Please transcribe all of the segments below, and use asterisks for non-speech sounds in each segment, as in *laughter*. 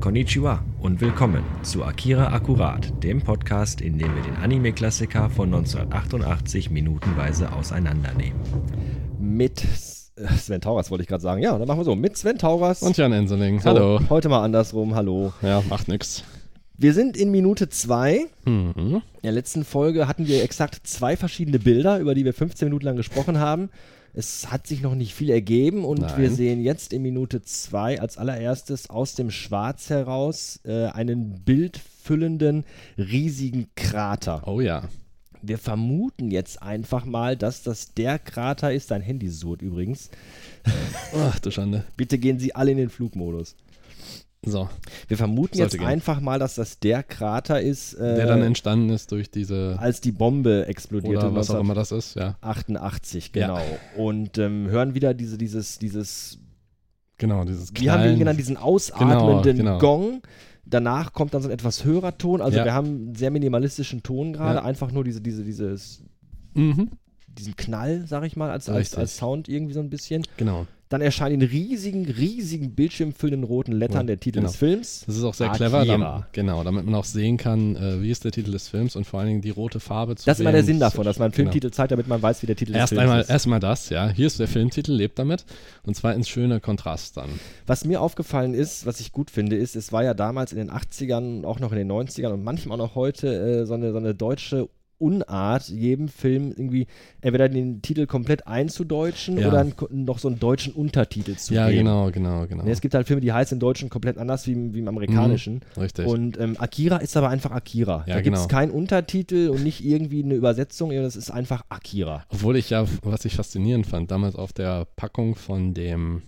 Konnichiwa und willkommen zu Akira Akkurat, dem Podcast, in dem wir den Anime-Klassiker von 1988 minutenweise auseinandernehmen. mit S- Sven Tauras, wollte ich gerade sagen. Ja, dann machen wir so. Mit Sven Tauras. Und Jan Enseling, so, hallo. Heute mal andersrum, hallo. Ja, macht nix. Wir sind in Minute 2. Mhm. In der letzten Folge hatten wir exakt zwei verschiedene Bilder, über die wir 15 Minuten lang gesprochen haben. Es hat sich noch nicht viel ergeben und Nein. wir sehen jetzt in Minute 2 als allererstes aus dem Schwarz heraus äh, einen bildfüllenden riesigen Krater. Oh ja. Wir vermuten jetzt einfach mal, dass das der Krater ist. Dein Handy surrt übrigens. Ach, du Schande. Bitte gehen Sie alle in den Flugmodus. So, Wir vermuten Sollte jetzt gehen. einfach mal, dass das der Krater ist, äh, der dann entstanden ist durch diese als die Bombe explodierte oder was auch immer das ist, ja. 1988, Ja. genau. Und ähm, hören wieder diese, dieses, dieses, Genau, dieses wie haben wir ihn Knallen. genannt, diesen ausatmenden genau. Gong. Danach kommt dann so ein etwas höherer Ton. Also Ja. wir haben einen sehr minimalistischen Ton gerade, Ja. einfach nur diese, diese, dieses, Mhm. diesen Knall, sag ich mal, als, als, Richtig. als Sound irgendwie so ein bisschen. Genau. Dann erscheint in riesigen, riesigen, bildschirmfüllenden roten Lettern Ja, der Titel genau. des Films. Das ist auch sehr Akira. clever, dam, genau, damit man auch sehen kann, äh, wie ist der Titel des Films und vor allen Dingen die rote Farbe zu Das ist sehen. immer der Sinn davon, dass man einen Genau. Filmtitel zeigt, damit man weiß, wie der Titel Erst des Films einmal, ist. erstmal das, ja. Hier ist der Filmtitel, lebt damit. Und zweitens schöner Kontrast dann. Was mir aufgefallen ist, was ich gut finde, ist, es war ja damals in den 80ern und auch noch in den 90ern und manchmal auch noch heute äh, so, eine, so eine deutsche Unart, jedem Film irgendwie entweder den Titel komplett einzudeutschen Ja. oder einen, ko- noch so einen deutschen Untertitel zu ja, geben. genau, genau, genau. Ne, Es gibt halt Filme, die heißen im Deutschen komplett anders wie, im- wie im Amerikanischen. Richtig. Und ähm, Akira ist aber einfach Akira. Ja, da gibt es genau. keinen Untertitel und nicht irgendwie eine Übersetzung, das ist einfach Akira. Obwohl ich ja, was ich faszinierend fand, damals auf der Packung von dem,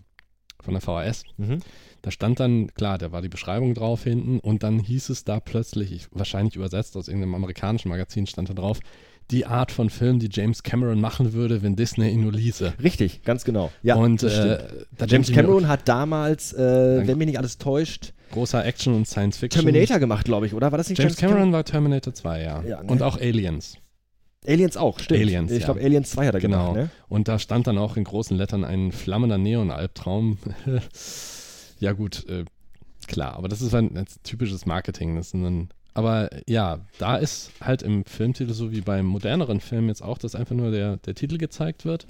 von der VHS, Mhm. da stand dann, klar, da war die Beschreibung drauf hinten und dann hieß es da plötzlich, ich, wahrscheinlich übersetzt aus irgendeinem amerikanischen Magazin, stand da drauf, die Art von Film, die James Cameron machen würde, wenn Disney ihn nur ließe. Richtig, ganz genau. Ja, und das stimmt. äh, da James dachte ich mir, Cameron hat damals, äh, Dann- wenn mich nicht alles täuscht, großer Action und Science Fiction. Terminator gemacht, glaube ich, oder? War das nicht James Cameron war Terminator 2, ja. Ja, ne? Und auch Aliens. Aliens auch, stimmt. Aliens, ich ja. glaube, Aliens 2 hat er Genau. gemacht, ne? Und da stand dann auch in großen Lettern ein flammender Neon-Albtraum. *laughs* ja, gut, äh, klar, aber das ist ein, ein typisches Marketing. Das ist ein, aber äh, ja, da ist halt im Filmtitel so wie beim moderneren Film jetzt auch, dass einfach nur der, der Titel gezeigt wird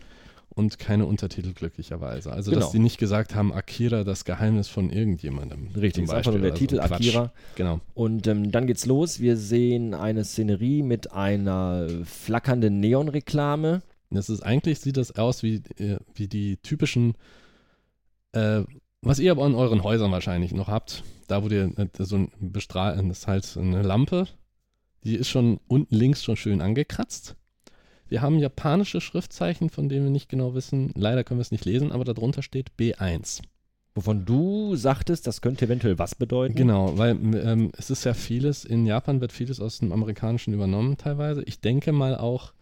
und keine Untertitel glücklicherweise. Also, Genau. dass die nicht gesagt haben, Akira, das Geheimnis von irgendjemandem. Richtig, zum ist einfach Beispiel nur der oder so. Titel Quatsch. Akira. Genau. Und ähm, dann geht's los. Wir sehen eine Szenerie mit einer flackernden Neonreklame. Das ist eigentlich sieht das aus wie, äh, wie die typischen, äh, was ihr aber in euren Häusern wahrscheinlich noch habt, da wo ihr äh, so ein Bestrahlen, das ist halt eine Lampe, die ist schon unten links schon schön angekratzt. Wir haben japanische Schriftzeichen, von denen wir nicht genau wissen. Leider können wir es nicht lesen, aber darunter steht B1. Wovon du sagtest, das könnte eventuell was bedeuten. Genau, weil ähm, es ist ja vieles, in Japan wird vieles aus dem Amerikanischen übernommen teilweise. Ich denke mal auch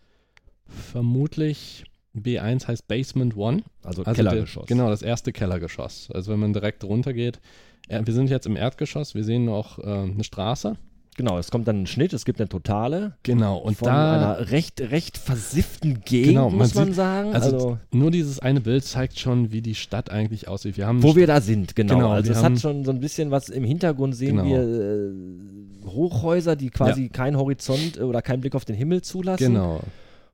vermutlich B1 heißt Basement One. Also, Also Kellergeschoss. Der, genau, das erste Kellergeschoss. Also wenn man direkt runtergeht. Ja, wir sind jetzt im Erdgeschoss, wir sehen auch äh, eine Straße. genau, es kommt dann ein Schnitt, es gibt eine totale Genau, und von da einer recht, recht versifften Gegend, Genau, man muss man sieht- sagen. also, nur dieses eine Bild zeigt schon, wie die Stadt eigentlich aussieht. Wir haben Wo wir da sind, genau. Genau, also wir es hat haben- schon so ein bisschen was im Hintergrund sehen Genau. wir äh, Hochhäuser, die quasi keinen Horizont äh, oder keinen Blick auf den Himmel zulassen genau,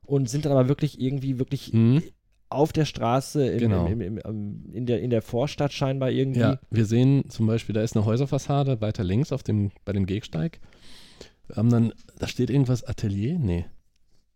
und sind dann aber wirklich irgendwie wirklich Mhm. auf der Straße im, Genau. im, im, im, ähm, in, der, in der Vorstadt scheinbar irgendwie. ja, wir sehen zum Beispiel, da ist eine Häuserfassade weiter links auf dem, bei dem Gehsteig. Wir haben dann, da steht irgendwas Atelier? Nee,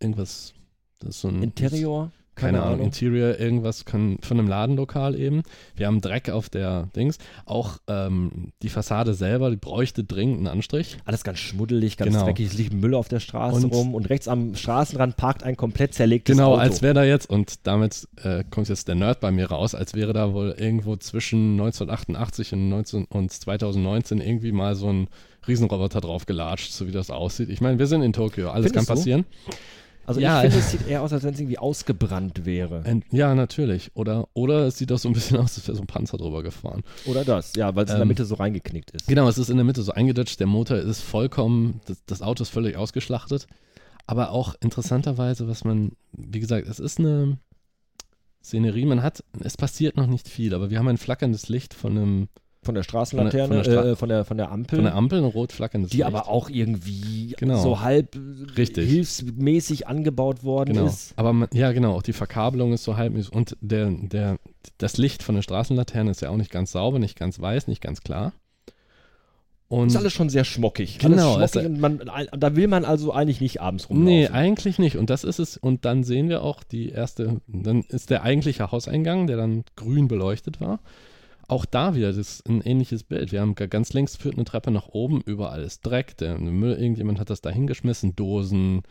irgendwas, das ist so ein Hm. Interior, keine, Ahnung, Interior, irgendwas kann, von einem Ladenlokal eben. Wir haben Dreck auf der Dings. Auch ähm, die Fassade selber, die bräuchte dringend einen Anstrich. Alles ganz schmuddelig, ganz Genau. dreckig, es liegt Müll auf der Straße Und- rum und rechts am Straßenrand parkt ein komplett zerlegtes Genau, Auto. als wäre da jetzt, und damit äh, kommt jetzt der Nerd bei mir raus, als wäre da wohl irgendwo zwischen 1988 und, 19, und 2019 irgendwie mal so ein Riesenroboter draufgelatscht, so wie das aussieht. Ich meine, wir sind in Tokio, alles Findest kann du? passieren. also ja. ich finde, es sieht eher aus, als wenn es irgendwie ausgebrannt wäre. Und, ja, natürlich. Oder, oder es sieht doch so ein bisschen aus, als wäre so ein Panzer drüber gefahren. Oder das, ja, weil es in der Äh, Ähm, Mitte so reingeknickt ist. Genau, es ist in der Mitte so eingedutscht, der Motor ist vollkommen, das, das Auto ist völlig ausgeschlachtet. Aber auch interessanterweise, was man, wie gesagt, es ist eine Szenerie, man hat, es passiert noch nicht viel, aber wir haben ein flackerndes Licht von einem von der Straßenlaterne, Von der- von der Stra- äh, von, der, von der Ampel. Von der Ampel ein rot flackerndes die Licht. aber auch irgendwie Genau. so halb äh, Richtig. hilfsmäßig angebaut worden genau. ist. Aber man, ja, genau, auch die Verkabelung ist so halb. Und der, der, das Licht von der Straßenlaterne ist ja auch nicht ganz sauber, nicht ganz weiß, nicht ganz klar. Und Ist alles schon sehr schmockig. Genau, Alles ist schmockig ja- und man, ein- da will man also eigentlich nicht abends rumlaufen. Nee, eigentlich nicht. Und das ist es. Und dann sehen wir auch die erste, dann ist der eigentliche Hauseingang, der dann grün beleuchtet war. Auch da wieder das ein ähnliches Bild. Wir haben ga- ganz links führt eine Treppe nach oben, überall ist Dreck, der Müll, irgendjemand hat das da hingeschmissen, Dosen,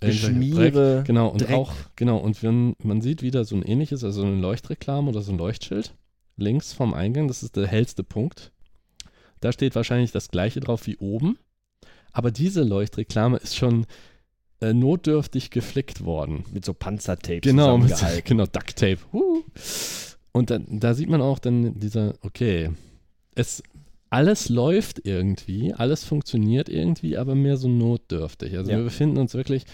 irgendwelche Geschmiere, Dreck. Genau, und Dreck. auch, genau, und wenn, man sieht wieder so ein ähnliches, also eine Leuchtreklame oder so ein Leuchtschild links vom Eingang, das ist der hellste Punkt. Da steht wahrscheinlich das gleiche drauf wie oben. Aber diese Leuchtreklame ist schon äh, notdürftig geflickt worden. mit so Panzertape Genau, mit, zusammengehalten. *laughs* genau, Duct Tape. Huh. Und dann, da sieht man auch dann dieser, okay, es, alles läuft irgendwie, alles funktioniert irgendwie, aber mehr so notdürftig. Also Ja. wir befinden uns wirklich,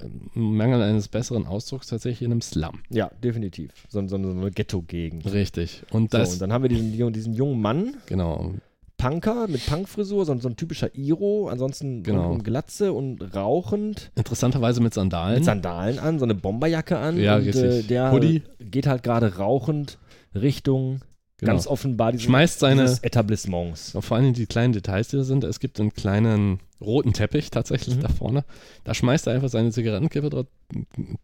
ähm, im Mangel eines besseren Ausdrucks, tatsächlich in einem Slum. Ja, definitiv. So, so, so eine Ghetto-Gegend. Richtig. Und So, das, und dann haben wir diesen, diesen jungen Mann, genau, Punker mit Punkfrisur, so, ein- so ein typischer Iro, ansonsten Genau. rundum Glatze und rauchend, interessanterweise mit Sandalen. mit Sandalen an, so eine Bomberjacke an Hm? Ja, und äh, richtig. der Hoodie. geht halt gerade rauchend Richtung genau. ganz offenbar dieses, Schmeißt seine, dieses Etablissements. vor allem die kleinen Details, die da sind, es gibt einen kleinen roten Teppich tatsächlich Mhm. da vorne. Da schmeißt er einfach seine Zigarettenkippe dort,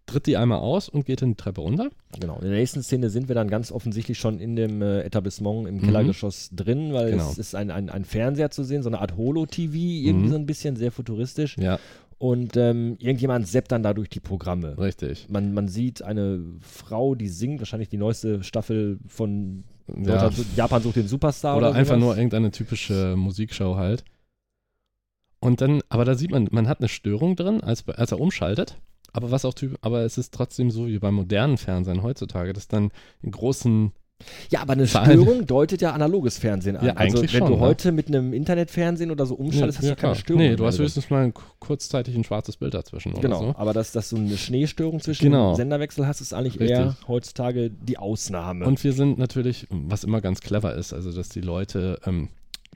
tritt die einmal aus und geht dann die Treppe runter. Genau. In der nächsten Szene sind wir dann ganz offensichtlich schon in dem äh, Etablissement im Mhm. Kellergeschoss drin, weil Genau. es ist ein, ein, ein Fernseher zu sehen, so eine Art Holo-TV, irgendwie Mhm. so ein bisschen, sehr futuristisch. Ja, Und ähm, irgendjemand zappt dann dadurch die Programme. richtig. Man, man sieht eine Frau, die singt, wahrscheinlich die neueste Staffel von Ja. Deutschland- Japan sucht den Superstar. Oder einfach nur sowas. irgendeine typische Musikshow halt. Und dann, aber da sieht man, man hat eine Störung drin, als, als er umschaltet. Aber was auch typ, aber es ist trotzdem so wie beim modernen Fernsehen heutzutage, dass dann in großen, Ja, aber eine Verein- Störung deutet ja analoges Fernsehen an. Ja, also, wenn eigentlich du schon, ne? heute mit einem Internetfernsehen oder so umschaltest, hast Ja, du keine klar. Störung. Nee, mehr du hast drin. höchstens mal ein, kurzzeitig ein schwarzes Bild dazwischen Genau, oder so. aber dass, dass du eine Schneestörung zwischen ne? Genau. dem Senderwechsel hast, ist eigentlich Richtig. eher heutzutage die Ausnahme. Und wir sind natürlich, was immer ganz clever ist, also dass die Leute, ähm,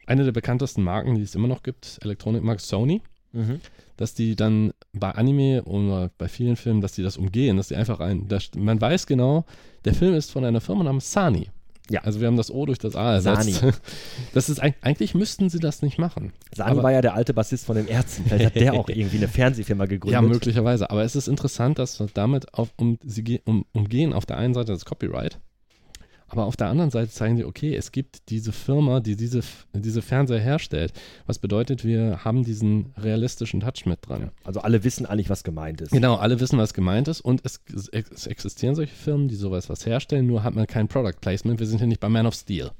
eine der bekanntesten Marken, die es immer noch gibt, Elektronikmarkt Sony, mhm. dass die dann bei Anime oder bei vielen Filmen, dass die das umgehen, dass die einfach ein, dass, man weiß genau, der Film ist von einer Firma namens Sani. Ja. Also wir haben das O durch das A ersetzt. Sani. *laughs* Das ist eig- eigentlich müssten sie das nicht machen. Sani aber- war ja der alte Bassist von den Ärzten. Vielleicht hat der *laughs* auch irgendwie eine Fernsehfirma gegründet. Ja, möglicherweise. Aber es ist interessant, dass wir damit auf, um, sie ge- um, umgehen auf der einen Seite das Copyright, aber auf der anderen Seite zeigen sie, okay, es gibt diese Firma, die diese, F- diese Fernseher herstellt. Was bedeutet, wir haben diesen realistischen Touch mit dran. Also alle wissen eigentlich, was gemeint ist. Genau, alle wissen, was gemeint ist und es, es existieren solche Firmen, die sowas was herstellen, nur hat man kein Product Placement. Wir sind hier nicht bei Man of Steel.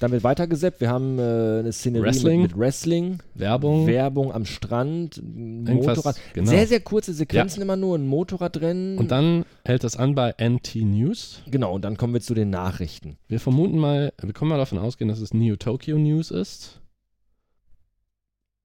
Dann wird weitergesappt. Wir haben äh, eine Szenerie Wrestling. Mit, mit Wrestling, Werbung, Werbung am Strand, ein Irgendwas, Motorrad. genau. Sehr, sehr kurze Sequenzen immer nur, ein Motorradrennen. und dann hält das an bei NT News. genau, und dann kommen wir zu den Nachrichten. Wir vermuten mal, wir können mal davon ausgehen, dass es Neo Tokyo News ist.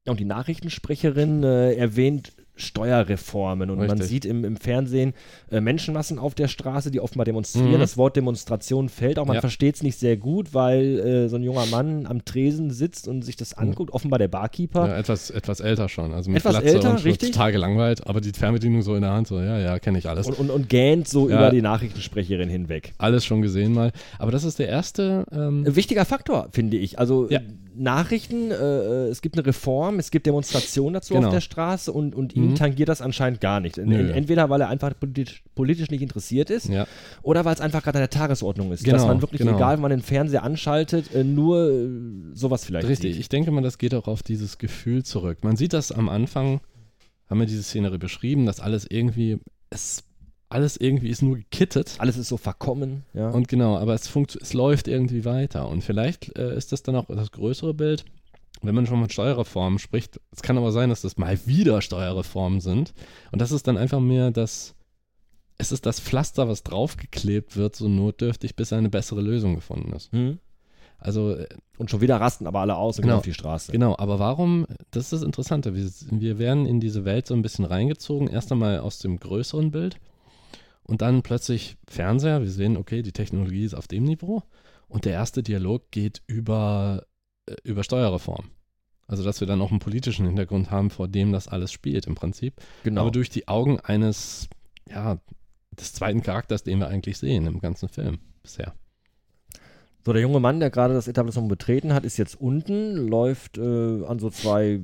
Ja, und die Nachrichtensprecherin äh, erwähnt Steuerreformen und man Richtig. sieht im, im Fernsehen äh, Menschenmassen auf der Straße, die offenbar demonstrieren. Mhm. Das Wort Demonstration fällt auch, man Ja. versteht es nicht sehr gut, weil äh, so ein junger Mann am Tresen sitzt und sich das anguckt, offenbar der Barkeeper. Mhm. Ja, etwas, etwas älter schon. Also mit Etwas Glatze älter, und schon richtig. total gelangweilt, aber die Fernbedienung so in der Hand, so, ja, ja, kenne ich alles. Und, und, und gähnt so Ja. über die Nachrichtensprecherin hinweg. alles schon gesehen mal. Aber das ist der erste. Ähm, Ein wichtiger Faktor, finde ich. Also Ja. äh, Nachrichten, äh, äh, es gibt eine Reform, es gibt Demonstrationen dazu Genau. auf der Straße und, und ihn Mhm. tangiert das anscheinend gar nicht. En, Nö. en, entweder weil er einfach politisch, politisch nicht interessiert ist ja, oder weil es einfach gerade an der Tagesordnung ist. dass Genau, man wirklich, genau. egal wenn man den Fernseher anschaltet, äh, nur äh, sowas vielleicht richtig. sieht. Ich denke mal, das geht auch auf dieses Gefühl zurück. Man sieht das am Anfang, haben wir diese Szenerie beschrieben, dass alles irgendwie, es, alles irgendwie ist nur gekittet. Alles ist so verkommen. Ja. Und genau, aber es, funkt, es läuft irgendwie weiter. Und vielleicht äh, ist das dann auch das größere Bild, wenn man schon von Steuerreformen spricht. Es kann aber sein, dass das mal wieder Steuerreformen sind. Und das ist dann einfach mehr das, es ist das Pflaster, was draufgeklebt wird, so notdürftig, bis eine bessere Lösung gefunden ist. hm? Also äh, und schon wieder rasten aber alle aus und Genau. gehen auf die Straße. genau, aber warum, das ist das Interessante, wir, wir werden in diese Welt so ein bisschen reingezogen, erst einmal aus dem größeren Bild und dann plötzlich Fernseher, wir sehen, okay, die Technologie ist auf dem Niveau Und der erste Dialog geht über, äh, über Steuerreform. Also, dass wir dann auch einen politischen Hintergrund haben, vor dem das alles spielt im Prinzip. Genau. Aber durch die Augen eines, ja, des zweiten Charakters, den wir eigentlich sehen im ganzen Film bisher. So, der junge Mann, der gerade das Etablissement betreten hat, ist jetzt unten, läuft äh, an so zwei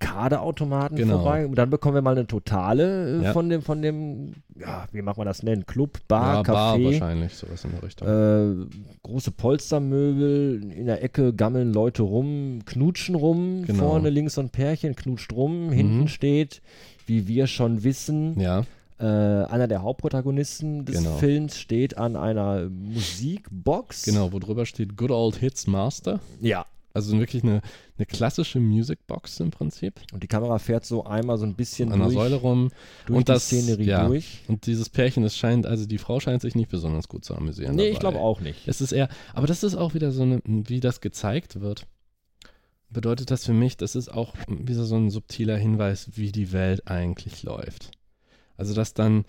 Arcade-Automaten Genau. vorbei. Und dann bekommen wir mal eine totale äh, Ja. von dem, von dem, ja, wie mag man das nennen? Club, Bar, ja, Bar Café. wahrscheinlich, sowas in der Richtung. äh, große Polstermöbel, in der Ecke gammeln Leute rum, knutschen rum, Genau. vorne links so ein Pärchen knutscht rum, hinten Mhm. steht, wie wir schon wissen, ja, äh, einer der Hauptprotagonisten des Genau. Films steht an einer Musikbox. genau, wo drüber steht Good Old Hits Master. Ja. Also wirklich eine, eine klassische Musicbox im Prinzip. Und die Kamera fährt so einmal so ein bisschen An der durch, Säule rum. durch und die das- Szenerie ja. durch. Und dieses Pärchen, es scheint, also die Frau scheint sich nicht besonders gut zu amüsieren. Nee, ich dabei. glaube auch nicht. Es ist eher, aber das ist auch wieder so eine, wie das gezeigt wird, bedeutet das für mich, das ist auch wieder so ein subtiler Hinweis, wie die Welt eigentlich läuft. Also, dass dann,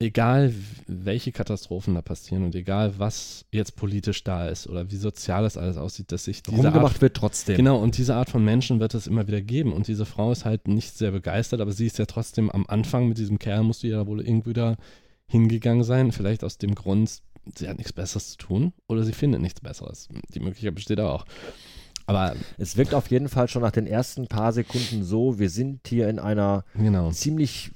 egal w- welche Katastrophen da passieren und egal was jetzt politisch da ist oder wie sozial das alles aussieht, dass sich diese Art Rumgemacht wird trotzdem. Genau, und diese Art von Menschen wird es immer wieder geben. Und diese Frau ist halt nicht sehr begeistert, aber sie ist ja trotzdem am Anfang mit diesem Kerl, musste ja wohl irgendwie da hingegangen sein. Vielleicht aus dem Grund, sie hat nichts Besseres zu tun oder sie findet nichts Besseres. Die Möglichkeit besteht auch. Aber Es wirkt auf jeden Fall schon nach den ersten paar Sekunden so, wir sind hier in einer genau, ziemlich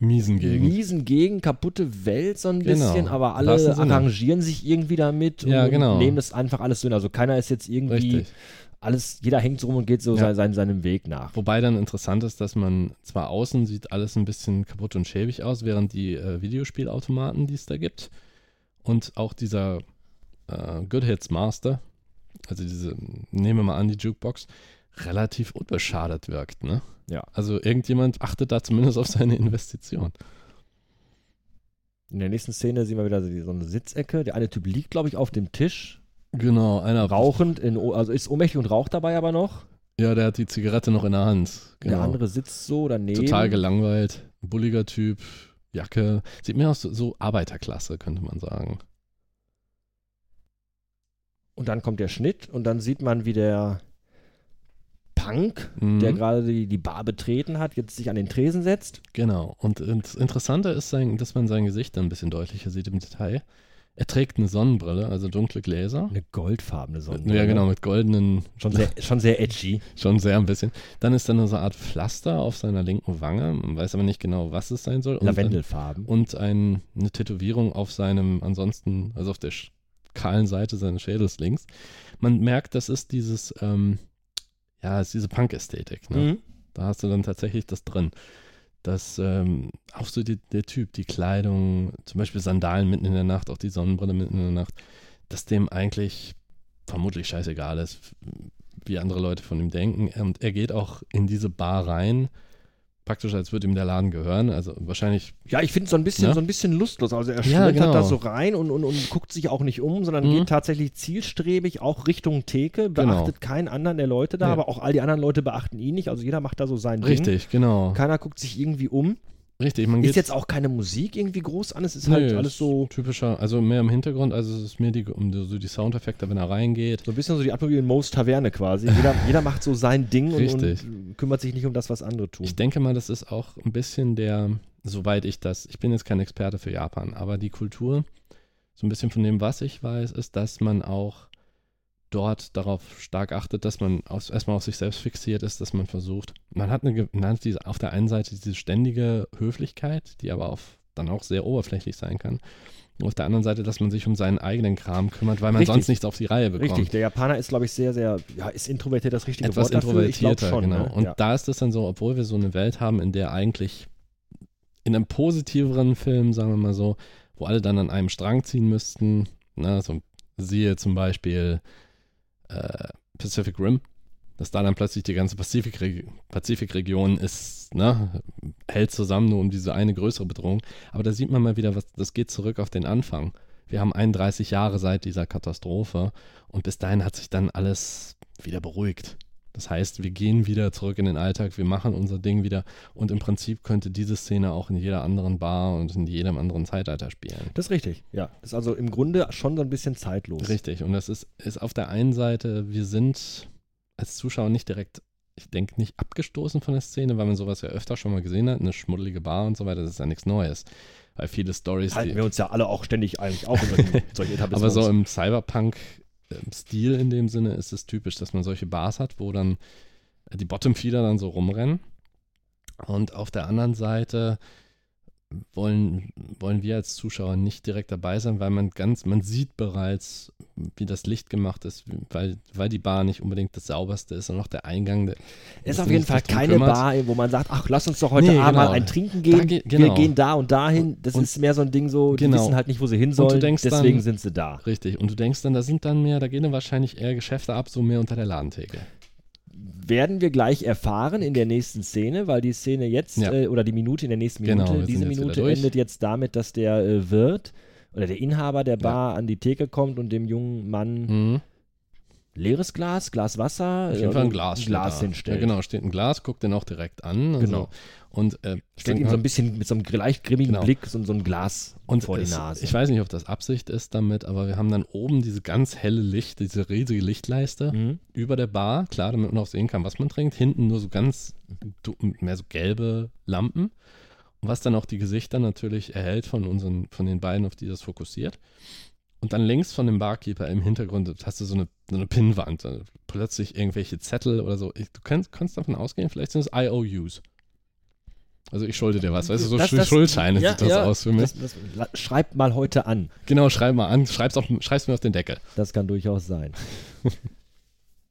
miesen Gegend. miesen Gegend, kaputte Welt so ein Genau. bisschen, aber Im wahrsten alle Sinne. arrangieren sich irgendwie damit Ja, und genau. nehmen das einfach alles so hin. Also keiner ist jetzt irgendwie, Richtig. alles, jeder hängt so rum und geht so Ja. sein- seinem, seinem Weg nach. Wobei dann interessant ist, dass man zwar außen sieht alles ein bisschen kaputt und schäbig aus, während die äh, Videospielautomaten, die es da gibt, und auch dieser äh, Good Hits Master, also diese, nehmen wir mal an, die Jukebox, relativ unbeschadet wirkt, ne? Ja. Also irgendjemand achtet da zumindest auf seine Investition. In der nächsten Szene sehen wir wieder so so eine Sitzecke. Der eine Typ liegt, glaube ich, auf dem Tisch, Genau, einer rauchend, in, also ist ohnmächtig und raucht dabei aber noch. Ja, der hat die Zigarette noch in der Hand. Genau. Der andere sitzt so daneben. Total gelangweilt, bulliger Typ, Jacke. Sieht mehr aus so, so Arbeiterklasse, könnte man sagen. Und dann kommt der Schnitt und dann sieht man, wie der Punk, Mhm. der gerade die, die Bar betreten hat, jetzt sich an den Tresen setzt. Genau. Und int- interessanter ist, sein, dass man sein Gesicht dann ein bisschen deutlicher sieht im Detail. Er trägt eine Sonnenbrille, also dunkle Gläser. Eine goldfarbene Sonne. Ja, genau, mit goldenen, Schon *laughs* sehr, schon sehr edgy. schon sehr ein bisschen. Dann ist dann so eine Art Pflaster auf seiner linken Wange. Man weiß aber nicht genau, was es sein soll. Und Lavendelfarben. Dann, und ein, eine Tätowierung auf seinem, ansonsten, also auf der sch- kahlen Seite seines Schädels links. Man merkt, das ist dieses, ähm, ja, ist diese Punk-Ästhetik. Ne? Mhm. Da hast du dann tatsächlich das drin. Das, ähm, auch so die, der Typ, die Kleidung, zum Beispiel Sandalen mitten in der Nacht, auch die Sonnenbrille mitten in der Nacht, dass dem eigentlich vermutlich scheißegal ist, wie andere Leute von ihm denken. Und er geht auch in diese Bar rein, praktisch als würde ihm der Laden gehören. Also wahrscheinlich, Ja, ich finde so ein bisschen Ja. so ein bisschen lustlos. Also er Ja, schlittert genau. da so rein und, und, und guckt sich auch nicht um, sondern Mhm. Genau. geht tatsächlich zielstrebig auch Richtung Theke, beachtet keinen anderen der Leute da, Nee. aber auch all die anderen Leute beachten ihn nicht. Also jeder macht da so sein Ding. richtig, genau. Keiner guckt sich irgendwie um. Richtig, man Ist geht jetzt auch keine Musik irgendwie groß an, es ist halt Nö, alles so, Typischer, also mehr im Hintergrund, also es ist mehr die, um, so die Soundeffekte, wenn er reingeht. so ein bisschen so die Atmosphäre in Mo's Taverne quasi. Jeder, *laughs* jeder macht so sein Ding und, Richtig. und kümmert sich nicht um das, was andere tun. Ich denke mal, das ist auch ein bisschen der, soweit ich das, ich bin jetzt kein Experte für Japan, aber die Kultur, so ein bisschen von dem, was ich weiß, ist, dass man auch dort darauf stark achtet, dass man aus, erstmal auf sich selbst fixiert ist, dass man versucht, man hat, eine, ge- man hat diese, auf der einen Seite diese ständige Höflichkeit, die aber auf, dann auch sehr oberflächlich sein kann. Und auf der anderen Seite, dass man sich um seinen eigenen Kram kümmert, weil man Richtig. sonst nichts auf die Reihe bekommt. Richtig, der Japaner ist, glaube ich, sehr, sehr, ja, ist introvertiert das richtige etwas Wort dafür? Ich glaub introvertierter, schon, genau. ne? Und ja. da ist es dann so, obwohl wir so eine Welt haben, in der eigentlich in einem positiveren Film, sagen wir mal so, wo alle dann an einem Strang ziehen müssten, ne, so siehe zum Beispiel äh, Pacific Rim, dass da dann plötzlich die ganze Pazifikreg- Pazifikregion ist, ne, hält zusammen nur um diese eine größere Bedrohung. Aber da sieht man mal wieder, was, das geht zurück auf den Anfang. Wir haben 31 Jahre seit dieser Katastrophe und bis dahin hat sich dann alles wieder beruhigt. Das heißt, wir gehen wieder zurück in den Alltag, wir machen unser Ding wieder und im Prinzip könnte diese Szene auch in jeder anderen Bar und in jedem anderen Zeitalter spielen. Das ist richtig, ja. Das ist also im Grunde schon so ein bisschen zeitlos. Richtig, und das ist, ist auf der einen Seite, wir sind als Zuschauer nicht direkt, ich denke, nicht abgestoßen von der Szene, weil man sowas ja öfter schon mal gesehen hat, eine schmuddelige Bar und so weiter, das ist ja nichts Neues. Weil viele Stories, Halten wir uns ja alle auch ständig eigentlich auch in solchen, *laughs* solchen aber Etablissements. so im Cyberpunk-Stil in dem Sinne ist es typisch, dass man solche Bars hat, wo dann äh, die Bottom-Feeder dann so rumrennen. Und auf der anderen Seite wollen, wollen wir als Zuschauer nicht direkt dabei sein, weil man ganz, man sieht bereits, wie das Licht gemacht ist, wie- weil, weil die Bar nicht unbedingt das sauberste ist und auch der Eingang. Der, Es ist wo auf man jeden sich Fall nicht drum keine kümmert. Bar, wo man sagt, ach, lass uns doch heute Nee, Abend genau. mal ein Trinken gehen. ge- genau. Wir gehen da und dahin. Das Und- ist mehr so ein Ding so, die Genau. wissen halt nicht, wo sie hin du sollen, denkst dann- deswegen sind sie da. Richtig. Und du denkst dann, da sind dann mehr, da gehen dann wahrscheinlich eher Geschäfte ab, so mehr unter der Ladentheke. Werden wir gleich erfahren in der nächsten Szene, weil die Szene jetzt, Ja. äh, oder die Minute in der nächsten Genau, Minute, wir sind diese jetzt wieder Minute durch. endet jetzt damit, dass der äh, Wirt oder der Inhaber der Bar an die Theke kommt und dem jungen Mann Mhm. leeres Glas, Glas Wasser, Auf äh, jeden Fall ein und Glas, steht Glas da. hinstellt. Ja, genau, steht ein Glas, guckt den auch direkt an. und Genau. So. Und äh, Stellt ihm so ein bisschen mit so einem leicht grimmigen Genau. Blick so, so ein Glas und vor die es- Nase. Ich weiß nicht, ob das Absicht ist damit, aber wir haben dann oben diese ganz helle Licht, diese riesige Lichtleiste Mhm. über der Bar, klar, damit man auch sehen kann, was man trinkt. Hinten nur so ganz du- mehr so gelbe Lampen. Und was dann auch die Gesichter natürlich erhält von unseren, von den beiden, auf die das fokussiert. Und dann links von dem Barkeeper im Hintergrund hast du so eine, so eine Pinnwand, äh, plötzlich irgendwelche Zettel oder so. Ich, du kannst, kannst davon ausgehen, vielleicht sind es IOUs. Also ich schulde dir was, weißt du, so Das- Schu- das- Schuldscheine ja, sieht das ja, aus Hm? für mich. Das, das, la- schreibt mal heute an. Genau, schreib mal an, schreib's, auf, schreib's mir auf den Deckel. Das kann durchaus *laughs* sein.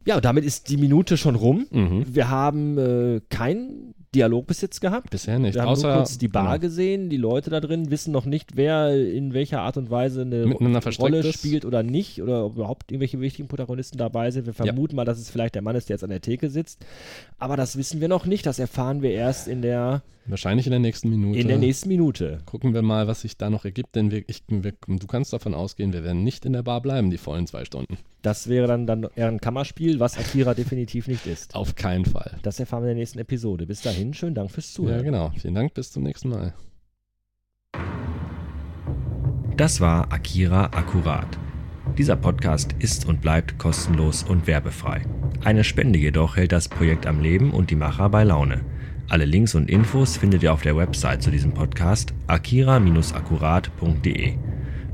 ja, und damit ist die Minute schon rum. Mhm. Wir haben äh, keinen Dialog bis jetzt gehabt. Bisher nicht. Wir haben außer nur kurz die Bar genau, gesehen, die Leute da drin wissen noch nicht, wer in welcher Art und Weise eine miteinander verstrickt Rolle ist. spielt oder nicht oder ob überhaupt irgendwelche wichtigen Protagonisten dabei sind. Wir vermuten mal, dass es vielleicht der Mann ist, der jetzt an der Theke sitzt. Aber das wissen wir noch nicht. Das erfahren wir erst in der, Wahrscheinlich in der nächsten Minute. in der nächsten Minute. Gucken wir mal, was sich da noch ergibt, denn wir, ich, wir, du kannst davon ausgehen, wir werden nicht in der Bar bleiben, die vollen zwei Stunden. Das wäre dann, dann eher ein Kammerspiel, was Akira definitiv nicht ist. Auf keinen Fall. Das erfahren wir in der nächsten Episode. Bis dahin, schönen Dank fürs Zuhören. Ja, genau. Vielen Dank, bis zum nächsten Mal. Das war Akira Akkurat. Dieser Podcast ist und bleibt kostenlos und werbefrei. Eine Spende jedoch hält das Projekt am Leben und die Macher bei Laune. Alle Links und Infos findet ihr auf der Website zu diesem Podcast akira-akkurat.de.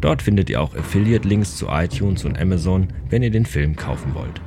Dort findet ihr auch Affiliate-Links zu iTunes und Amazon, wenn ihr den Film kaufen wollt.